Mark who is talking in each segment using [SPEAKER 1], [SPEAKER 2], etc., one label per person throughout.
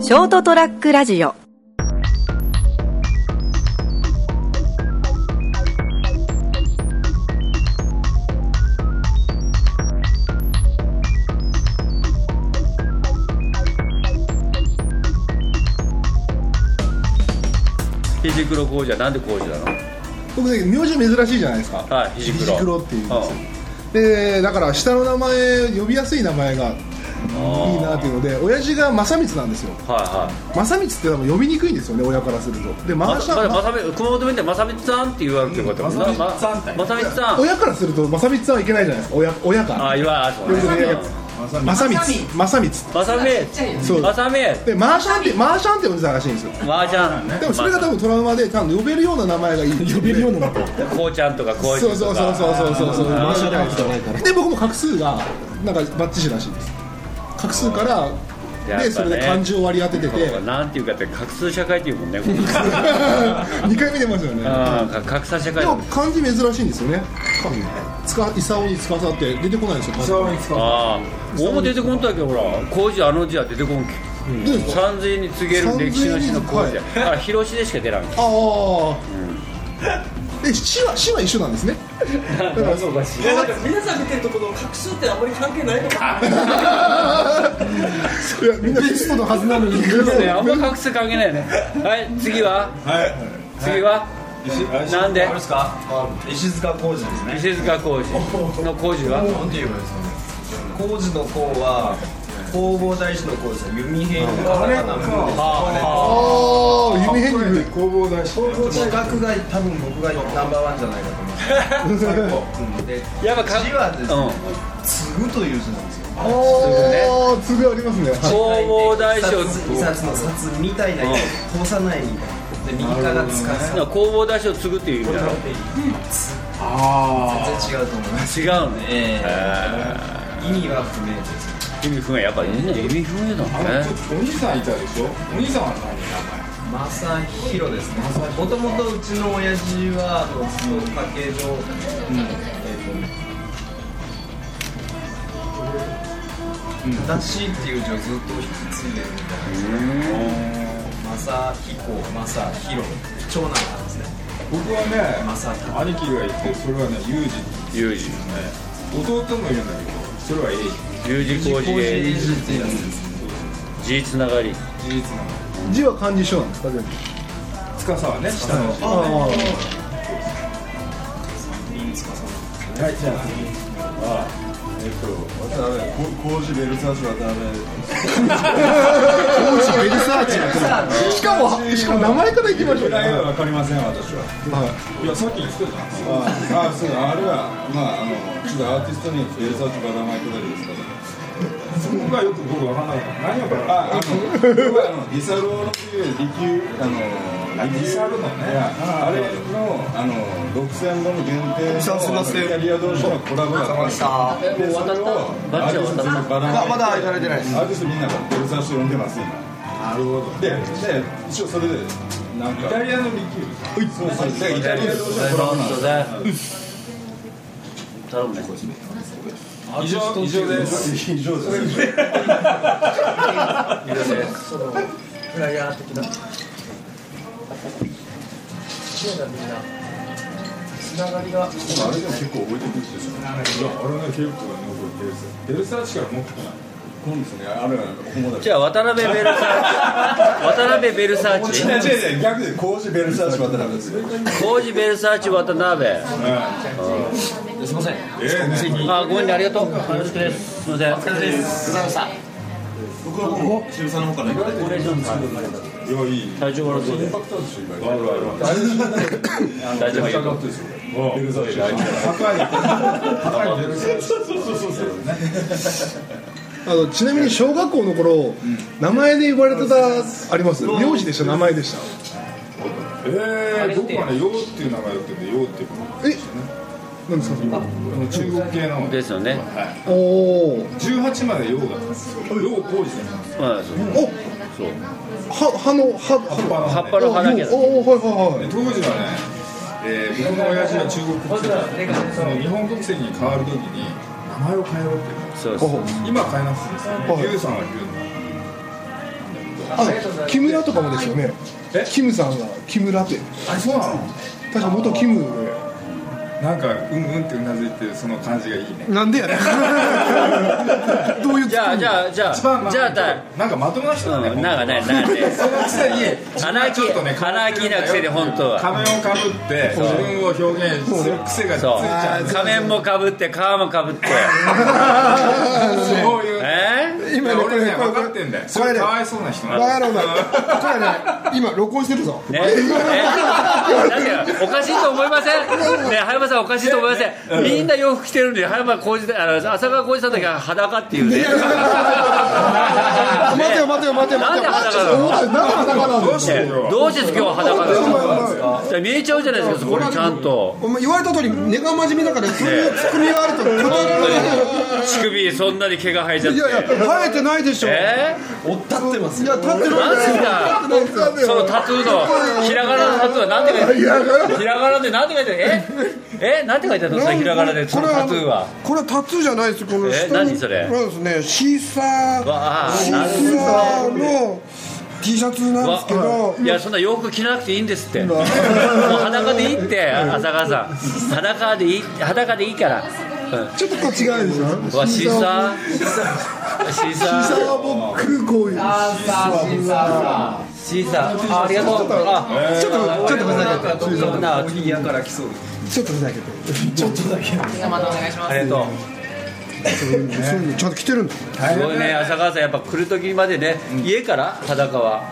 [SPEAKER 1] ショートトラックラジオ
[SPEAKER 2] 肘黒工事はなんで工事なの
[SPEAKER 3] 僕ね名字珍しいじゃないですか
[SPEAKER 2] はい肘黒
[SPEAKER 3] っていうんですよでだから下の名前呼びやすい名前がい
[SPEAKER 2] ー
[SPEAKER 3] いなっていうので親父が正光なんですよ
[SPEAKER 2] は
[SPEAKER 3] 正光って多分呼びにくいんですよね親からするとで
[SPEAKER 2] いはいま
[SPEAKER 3] マーシャ
[SPEAKER 2] ま
[SPEAKER 3] ま
[SPEAKER 2] まさみ熊本弁でまさみさんって言われてることもな
[SPEAKER 4] うんまさみさん
[SPEAKER 2] ままさみさん
[SPEAKER 3] 親からすると正光さんはいけないじゃないですか親親から
[SPEAKER 2] あ言わあそうね
[SPEAKER 3] よくね
[SPEAKER 4] まさ
[SPEAKER 3] 正光正光
[SPEAKER 2] まさみ
[SPEAKER 3] そう
[SPEAKER 2] まさみ
[SPEAKER 3] でマーシャンってマーシャンって呼んでたらしいんですよ
[SPEAKER 2] まーちゃん
[SPEAKER 3] でもそれが多分トラウマで多分呼べるような名前がいい呼べるような名前
[SPEAKER 2] こうちゃんとかこうい
[SPEAKER 3] そう
[SPEAKER 2] う
[SPEAKER 3] そ
[SPEAKER 2] と
[SPEAKER 3] うそうそう
[SPEAKER 2] か
[SPEAKER 3] そうそうそう
[SPEAKER 2] あー
[SPEAKER 3] シャルじゃないからで僕も画数がなんかバッチリらしいです画数から
[SPEAKER 2] やっぱね
[SPEAKER 3] でそれで漢字を割り当ててて
[SPEAKER 2] なんていうかって格差社会っていうもんねここ
[SPEAKER 3] 二回目出ますよね
[SPEAKER 2] あー格差社会
[SPEAKER 3] でも漢字珍しいんですよねつか功に司って出てこないんですよ漢字
[SPEAKER 2] ああ俺も出てこんとだけどほら工事あの字は出てこんけ
[SPEAKER 3] どうですか
[SPEAKER 2] 三千に告げる歴史の詩の工事や
[SPEAKER 3] 三
[SPEAKER 2] だから広しでしか出らんけ
[SPEAKER 3] ああえ死は死は一緒なんですねだからそうか
[SPEAKER 4] いやなんか皆さん見てるとこの画数ってあんまり関係ないのかな。
[SPEAKER 3] いやみんなベストのはずなのに
[SPEAKER 2] そうね、あんま画数関係ないよね。はい、次は、
[SPEAKER 5] はい。
[SPEAKER 2] 次は、なんで
[SPEAKER 5] あれですか。石塚浩二ですね。
[SPEAKER 2] 石塚浩二の浩二は。
[SPEAKER 5] なんて言えばいいですかね。浩二の浩は弘法大師の浩ですね。弓兵のカタカナの
[SPEAKER 3] あ
[SPEAKER 5] あ
[SPEAKER 3] あ弓ヘンリー
[SPEAKER 5] あ。資格が多分僕がナンバーワンじゃないかと思います。最後うんで
[SPEAKER 2] やっぱか
[SPEAKER 5] 字はです
[SPEAKER 2] う
[SPEAKER 5] ね
[SPEAKER 2] ん。
[SPEAKER 5] 継ぐという字なんですよ。
[SPEAKER 3] ああ次ありますねはい
[SPEAKER 2] 弘法大師を。
[SPEAKER 5] 一冊の冊みたいな
[SPEAKER 2] うん
[SPEAKER 5] 通さないみたいな。で右からつかさ。
[SPEAKER 2] 弘法大師を継ぐっていう意味だろ
[SPEAKER 5] 全然違うと思います。
[SPEAKER 2] 違うね。
[SPEAKER 5] ええ。意味は不明です。
[SPEAKER 2] 意味不明、やっぱりね、意味不明だね。
[SPEAKER 6] お兄さんいたでしょお兄さんは
[SPEAKER 5] マサヒロですねもともとうちの親父はもうその家系上、うんえーと正しいっていう字をずっと引き継いでるみたいなんですよマサヒコマサヒロ長男なんですね
[SPEAKER 6] 僕は
[SPEAKER 5] マサ
[SPEAKER 6] ね
[SPEAKER 5] タ
[SPEAKER 6] 兄貴がいてそれはねユー
[SPEAKER 2] 有
[SPEAKER 6] ジ
[SPEAKER 2] 事、
[SPEAKER 6] 弟もいるんだけどそれはエイジ
[SPEAKER 2] 有事工事
[SPEAKER 5] エイ
[SPEAKER 2] で、
[SPEAKER 5] ジっていうやつですね
[SPEAKER 2] 字つながり。
[SPEAKER 6] 事実なの
[SPEAKER 3] 字は漢字一緒なんですか全部
[SPEAKER 6] 司はね下の
[SPEAKER 3] ああ
[SPEAKER 6] はいじゃあ次はえっと渡辺こ工事ベルサーチ渡辺
[SPEAKER 3] コーチベルサーチしかもしかも名前からいきましょう
[SPEAKER 6] ぐらい
[SPEAKER 3] は
[SPEAKER 6] は分かりません私はいやさっき言ってたじゃんああそうだあれはまああのちょっとアーティストによってベルサーチバラマイトダリですからそこがよく僕分かんないから何をからああの僕はあのディサロのっていう利休あのディサロのねあれのあの6000本の限定の
[SPEAKER 5] さあすいません
[SPEAKER 6] イタリア同士のコラボだったんですよ
[SPEAKER 5] あ
[SPEAKER 6] でそれを
[SPEAKER 2] バッチ
[SPEAKER 6] アーテ
[SPEAKER 2] は
[SPEAKER 6] ィス
[SPEAKER 2] 渡っ
[SPEAKER 6] ト
[SPEAKER 2] た
[SPEAKER 6] にバラマイ
[SPEAKER 5] 行
[SPEAKER 6] ト
[SPEAKER 5] かれてないで
[SPEAKER 6] アーティストみんながベルサーチを呼んでます今なるほどでで一応それでなんかイタリアの利休そうそうそうイタリア同士のコラボなんですよ
[SPEAKER 2] 頼むね。
[SPEAKER 6] 以上以上です以上です
[SPEAKER 4] フライヤー的な。そうだみんな。つながりが。
[SPEAKER 6] あれでも結構覚えてくるんですよね。いや、あれね、結構ね、覚えてるんですよ。ベルサーチから持ってこない。今ですね、あれは友達。
[SPEAKER 2] じゃあ、渡辺ベルサーチ。渡辺ベルサーチ。
[SPEAKER 6] 違う違う違う、逆で、工事ベルサーチ渡辺ですよ。
[SPEAKER 2] 工事ベルサーチ渡辺。
[SPEAKER 5] すすいませんあ
[SPEAKER 6] ええね。
[SPEAKER 2] あ、ごめんね、ありがとう。よろしくです。すみません。
[SPEAKER 5] りがとうございました僕はもう渋沢の方から
[SPEAKER 6] いや、いい。
[SPEAKER 2] 体調悪そうで
[SPEAKER 6] インパクトあるでしょ、今。あるある。
[SPEAKER 2] 大丈夫
[SPEAKER 6] 高かったですよ。ベルサーチ。高い。高いベルサーチ。そうそうそうそう。
[SPEAKER 3] あのちなみに小学校の頃名前で呼ばれてたあります名字でした名前でした
[SPEAKER 6] ええ、僕はね、ヨウっていう名前だったんで、ヨウっていうのが。
[SPEAKER 3] え何ですか
[SPEAKER 6] あの中国系の。
[SPEAKER 2] ですよね。
[SPEAKER 3] おおー
[SPEAKER 6] 18までヨウだったんですよ。ヨウ工事さん。
[SPEAKER 2] まあ、そう
[SPEAKER 3] お
[SPEAKER 2] そう。
[SPEAKER 3] は葉の葉葉
[SPEAKER 2] 葉っぱの花毛
[SPEAKER 3] おおーはいはいはい
[SPEAKER 6] 当時はね、えー僕の親父は中国国籍だったその日本国籍に変わるときに名前を変えろって
[SPEAKER 2] そう
[SPEAKER 3] お
[SPEAKER 2] そう。
[SPEAKER 3] お
[SPEAKER 6] 今変えなくてですね
[SPEAKER 3] はい
[SPEAKER 6] 劉さんは劉なんだけど
[SPEAKER 3] あの木村とかもですよね
[SPEAKER 6] え
[SPEAKER 3] キムさんが木村って
[SPEAKER 6] あそうなの
[SPEAKER 3] 確か元キムで
[SPEAKER 6] なんかうんうんってうなずいてるその感じがいいね
[SPEAKER 3] なんでやねんどういう
[SPEAKER 2] じゃあじゃあじゃ
[SPEAKER 6] 一番ま
[SPEAKER 2] あじゃあだ
[SPEAKER 6] なんかまともな人だね
[SPEAKER 2] うんなんかね
[SPEAKER 6] 本当
[SPEAKER 2] なんかね
[SPEAKER 6] そのくせに
[SPEAKER 2] アナーキ
[SPEAKER 6] ちょっとね
[SPEAKER 2] ーアナーキーなくせに本当は
[SPEAKER 6] 仮面をかぶって自分を表現する癖がついち
[SPEAKER 2] そう
[SPEAKER 6] ゃう
[SPEAKER 2] 仮面もかぶって皮もかぶって
[SPEAKER 6] そういう
[SPEAKER 2] え
[SPEAKER 3] 今ねこれ
[SPEAKER 6] 俺ね
[SPEAKER 3] これ
[SPEAKER 6] 分かってんだよ
[SPEAKER 3] こ
[SPEAKER 6] そ
[SPEAKER 3] れ
[SPEAKER 6] れ
[SPEAKER 3] ね
[SPEAKER 6] かわいそうな人な
[SPEAKER 3] バカ野
[SPEAKER 6] の
[SPEAKER 3] 郎だこれね今録音してるぞ
[SPEAKER 2] ー、ねえだっておかしいと思いませんねえ葉山さんおかしいと思いませんみんな洋服着てるのに葉山浩二あの浅川浩二さんだけは裸っていうね
[SPEAKER 3] 待てよ待てよ待てよ待てよ
[SPEAKER 2] なんで裸なの
[SPEAKER 3] 待てよなんで裸なの
[SPEAKER 6] どうしてるよ
[SPEAKER 2] どうして今日は裸なんですかじゃあ見えちゃうじゃないですかそこにちゃんと
[SPEAKER 1] お前言われた通り根が真面目だからそれを突っ込みがあると答え
[SPEAKER 2] 乳首そんなに毛が生えちゃっ
[SPEAKER 1] い
[SPEAKER 2] て
[SPEAKER 1] やいや生えてないでしょいや
[SPEAKER 2] え
[SPEAKER 1] 立って
[SPEAKER 2] ー、マ
[SPEAKER 1] ない
[SPEAKER 2] ジかそのタトゥーのひらがなのタトゥーはなんて書いてあるひらがなでなんて書いてあるええなんて書いてあるのそのひらがなでそのタトゥーは
[SPEAKER 1] これはタトゥーじゃないですこの下
[SPEAKER 2] え何
[SPEAKER 1] に
[SPEAKER 2] それ
[SPEAKER 1] これですねシーサ
[SPEAKER 2] わあ
[SPEAKER 1] ーシ
[SPEAKER 2] なるほど
[SPEAKER 1] ーサーの T シャツなんですけど
[SPEAKER 2] いやそんな洋服着なくていいんですってもう裸でいいって浅川さん裸でいい裸でいいから、
[SPEAKER 3] ちょっとこう違うでしょ
[SPEAKER 2] うん、うわシーサーシーサー
[SPEAKER 3] 僕こういう
[SPEAKER 2] シーサーあありがとうあ
[SPEAKER 3] ちょっとちょっとふざけて
[SPEAKER 5] どんな次やから来そうです
[SPEAKER 3] ちょっとふざけて
[SPEAKER 2] ありがとう
[SPEAKER 1] そういうのちゃんと着てるんだ
[SPEAKER 2] すごいね浅川さんやっぱ来る時までね、家から裸は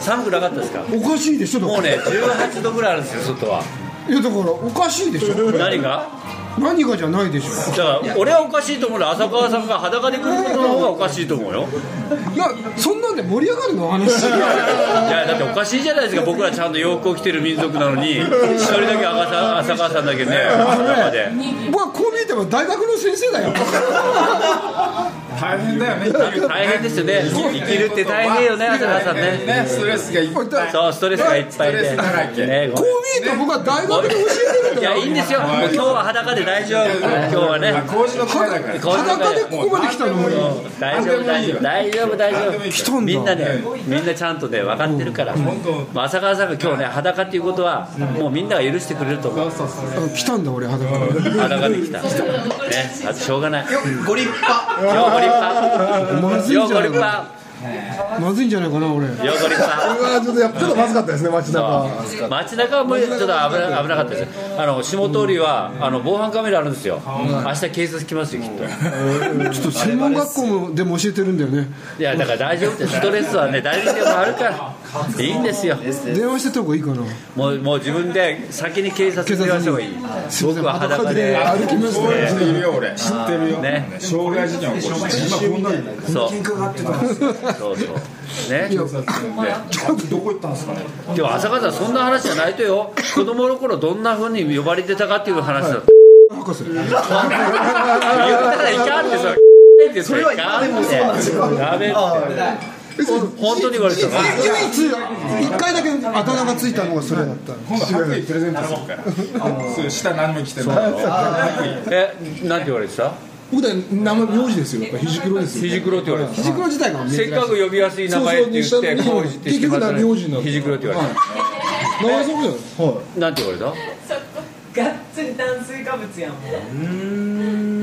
[SPEAKER 2] 寒くなかったですか
[SPEAKER 1] おかしいでしょだか
[SPEAKER 2] も
[SPEAKER 1] ら
[SPEAKER 2] うね18度ぐらいあるんですよ外はい
[SPEAKER 1] やだからおかしいでしょ
[SPEAKER 2] 何が
[SPEAKER 1] 何がじゃないでし
[SPEAKER 2] だ
[SPEAKER 1] ょ
[SPEAKER 2] から俺はおかしいと思うのは浅川さんが裸で来ることの方がおかしいと思うよ
[SPEAKER 1] いやそんなんで盛り上がるの話
[SPEAKER 2] いやだっておかしいじゃないですか僕らちゃんと洋服を着てる民族なのに一人だけ赤さ浅川さんだけね裸で
[SPEAKER 1] 僕はこう見えても大学の先生だよ
[SPEAKER 6] 大変だよね生きる
[SPEAKER 2] 大変ですよね生きるって大変よね浅川さんね
[SPEAKER 6] ねストレスがいっぱい
[SPEAKER 2] そうストレスがいっぱい
[SPEAKER 6] ストレスだらけ
[SPEAKER 2] で、ね、ご
[SPEAKER 1] こ
[SPEAKER 2] めん
[SPEAKER 1] う見えても僕は大学で教えてるん
[SPEAKER 2] い
[SPEAKER 1] だ
[SPEAKER 2] や
[SPEAKER 1] よ
[SPEAKER 2] いいんですよもう今日は裸で大丈夫今日はね
[SPEAKER 6] まあ工事の会だか
[SPEAKER 2] こう
[SPEAKER 6] ら
[SPEAKER 2] いうのが
[SPEAKER 1] 裸でここまで来たのに
[SPEAKER 2] 大丈夫大丈夫大丈夫大丈
[SPEAKER 6] でもいいか
[SPEAKER 2] 夫みんなねみんなちゃんとね分かってるから、まあ、浅川さんが今日ね裸っていうことはもうみんなが許してくれると思う
[SPEAKER 1] あ来たんだ俺裸で
[SPEAKER 2] 裸できたねあとしょうがないよ
[SPEAKER 5] ご立派
[SPEAKER 2] ご立派
[SPEAKER 1] まずい
[SPEAKER 2] よ
[SPEAKER 1] ん
[SPEAKER 2] う
[SPEAKER 1] じ
[SPEAKER 2] ご
[SPEAKER 1] ゃな
[SPEAKER 2] 立
[SPEAKER 1] いかな
[SPEAKER 2] 派
[SPEAKER 1] まずいんじゃないかな俺
[SPEAKER 2] ようご立派
[SPEAKER 3] うわちょっとやっぱちょっとまずかったですね街中
[SPEAKER 2] そう街中はもうちょっと危な危なかったですよあの下通りはあの防犯カメラあるんですよ明日警察来ますよきっと
[SPEAKER 1] ちょっと専門学校もでも教えてるんだよね
[SPEAKER 2] いやだから大丈夫ですストレスはね大事でもあるからいいんですよ
[SPEAKER 1] 電話してた方がいいかな
[SPEAKER 2] もうもう自分で先に警察に電話した方がいい
[SPEAKER 1] すいません
[SPEAKER 2] 僕は裸で
[SPEAKER 1] 歩きまし
[SPEAKER 6] そう
[SPEAKER 1] た
[SPEAKER 6] いう
[SPEAKER 1] ね
[SPEAKER 6] 人いるよ俺知ってるよ
[SPEAKER 2] ね
[SPEAKER 6] 障害事件起こして今こんなに
[SPEAKER 2] そうそうそうね
[SPEAKER 6] どこ行ったんですかね
[SPEAKER 2] でも朝方そんな話じゃないとよ子供の頃どんなふうに呼ばれてたかっていう話だった
[SPEAKER 1] 博士
[SPEAKER 2] 言ったらいかんってそれってそれはいかんってダメって本当に言われてたの
[SPEAKER 1] 唯一一回だけあだ名がついたのがそれだった
[SPEAKER 6] 今度白衣プレゼントするからそう下何も着てない
[SPEAKER 2] えなんて言われてた
[SPEAKER 3] 僕だ名前名字ですよやっぱ肘黒ですよ
[SPEAKER 2] 肘黒って言われてた
[SPEAKER 1] 藤黒自体が珍し
[SPEAKER 2] せっ
[SPEAKER 1] い
[SPEAKER 2] かく呼びやすい名前って言ってこう言って
[SPEAKER 3] 結局な名字になる
[SPEAKER 2] 肘黒って言われて
[SPEAKER 3] 名前そうじゃないですかはい
[SPEAKER 2] たなんて言われた
[SPEAKER 4] がっつり炭水化物やん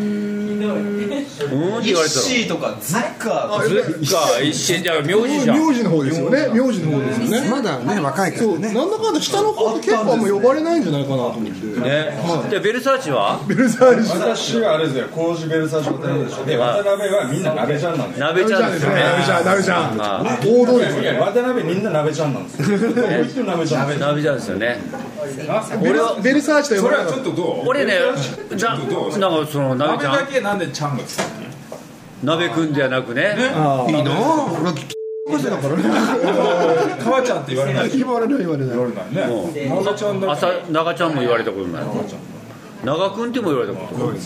[SPEAKER 4] もうひどいう
[SPEAKER 2] ーんって言われてたの
[SPEAKER 5] C とかズッカー
[SPEAKER 2] ずっか一瞬じゃあ名字じゃん
[SPEAKER 3] 名字の方ですよね名字の方ですよね
[SPEAKER 1] まだね若いか
[SPEAKER 3] そ
[SPEAKER 1] ら
[SPEAKER 3] う
[SPEAKER 1] ね
[SPEAKER 3] なんだかんだ下の子って結構もう呼ばれないんじゃないかなと思って
[SPEAKER 2] ねじゃあベルサーチは
[SPEAKER 3] ベルサージ
[SPEAKER 6] 私はあれですよ工事ベルサージョ渡辺でしょで渡辺はみんな鍋ちゃんなんですよ
[SPEAKER 2] 鍋ちゃんですよね
[SPEAKER 3] ダメじゃんダメじゃん
[SPEAKER 2] あ
[SPEAKER 3] 王道ですよ
[SPEAKER 6] 渡辺みんな鍋ちゃんなんですよどこ行っても鍋ちゃんなんで
[SPEAKER 2] 鍋ちゃんですよね
[SPEAKER 6] すよ
[SPEAKER 2] 俺は
[SPEAKER 3] ベルサージと呼
[SPEAKER 6] そ
[SPEAKER 3] ば
[SPEAKER 6] れ
[SPEAKER 3] れな
[SPEAKER 6] は
[SPEAKER 3] かっ
[SPEAKER 6] ちょ
[SPEAKER 3] た
[SPEAKER 6] っとどう
[SPEAKER 2] 俺ねじゃ
[SPEAKER 6] どう
[SPEAKER 2] なんかその鍋
[SPEAKER 6] 鍋
[SPEAKER 2] ちゃ
[SPEAKER 6] だ
[SPEAKER 2] ん
[SPEAKER 6] けなんでちゃんがつく
[SPEAKER 2] 鍋くんじゃなくね
[SPEAKER 1] いいなあ俺は
[SPEAKER 6] かわちゃんって言われない
[SPEAKER 3] 言われない言われない
[SPEAKER 6] ね鍋ちゃんだ
[SPEAKER 2] 朝長ちゃんも言われたことない長くんっても言われたことない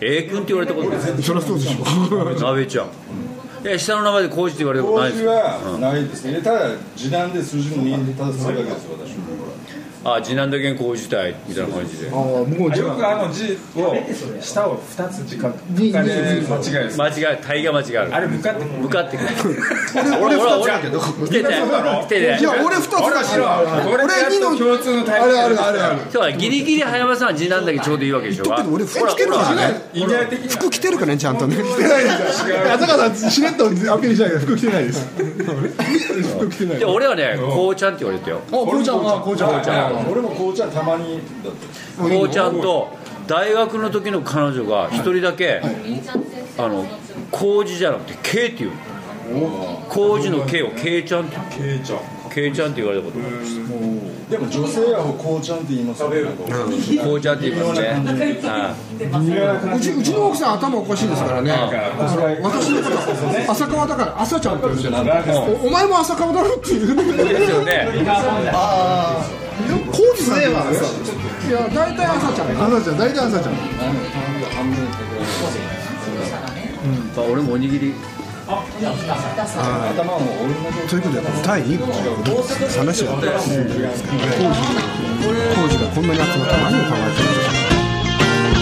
[SPEAKER 2] A 君って言われたことない
[SPEAKER 1] そりゃそうでしょ
[SPEAKER 2] 鍋ちゃんえ下の名前で浩二って言われたこと
[SPEAKER 6] 工
[SPEAKER 2] ないですよ
[SPEAKER 6] 事はないですねただ時短で数字の2に立たせるだけですよ私も
[SPEAKER 2] あ次男だけ高時代みたいな感じで
[SPEAKER 3] ああ僕もじゃ
[SPEAKER 6] よく
[SPEAKER 3] あ
[SPEAKER 6] あの字を下を2つ字書く
[SPEAKER 3] に
[SPEAKER 6] あれ間違えです
[SPEAKER 2] 間違い大河間違い
[SPEAKER 6] あ
[SPEAKER 2] ある
[SPEAKER 6] れ向かってくる
[SPEAKER 2] 向かってくる
[SPEAKER 1] 俺
[SPEAKER 2] ほら
[SPEAKER 1] 二つ
[SPEAKER 2] ほ
[SPEAKER 1] だ
[SPEAKER 2] ら
[SPEAKER 1] けど
[SPEAKER 2] 来てて来て
[SPEAKER 1] い
[SPEAKER 2] て
[SPEAKER 1] や俺二つだし
[SPEAKER 6] 俺
[SPEAKER 1] 俺
[SPEAKER 6] 二
[SPEAKER 1] 二
[SPEAKER 6] の
[SPEAKER 1] の
[SPEAKER 6] 共通のタイ
[SPEAKER 1] あ
[SPEAKER 6] プ
[SPEAKER 1] れあるあるある
[SPEAKER 2] 今日はギリギリ早山さんは次男だけちょうどいいわけでしょ
[SPEAKER 1] だけど俺服着てるから
[SPEAKER 2] ほらほら
[SPEAKER 1] ね
[SPEAKER 6] インディア的
[SPEAKER 1] 服着てるからねちゃんとね
[SPEAKER 3] 着てないですよ浅川さんしれっとアピールしないで服着てないです服着てない
[SPEAKER 2] で俺はねこうちゃんって言われてよ
[SPEAKER 3] あ紅茶は紅茶紅茶
[SPEAKER 6] な俺も紅茶たまにだった
[SPEAKER 2] こうちゃんと大学の時の彼女が一人だけ、あの麹じゃなくて K っていう麹の K を K ちゃんって
[SPEAKER 6] ケイちゃん
[SPEAKER 2] K ちゃんって言われたこと
[SPEAKER 6] でも女性は紅茶って言いますよね
[SPEAKER 2] 紅茶って言いますね。は
[SPEAKER 1] うちうちの奥さん頭おかしいですからね私のこと浅川だから朝ちゃんって言うんじゃないおお前も浅川だろって言う
[SPEAKER 2] いですよね。
[SPEAKER 3] コウジさんって言うんですよ
[SPEAKER 1] いや大体朝ちゃん
[SPEAKER 3] 朝ちゃん大体朝ちゃん
[SPEAKER 2] まあ俺もおにぎり。
[SPEAKER 6] 頭はもう俺の
[SPEAKER 1] ということで第2部話があったら工事がこんなに集まったら何を考えてるんでしょう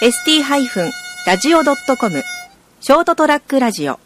[SPEAKER 7] ST-radio.com ショートトラックラジオ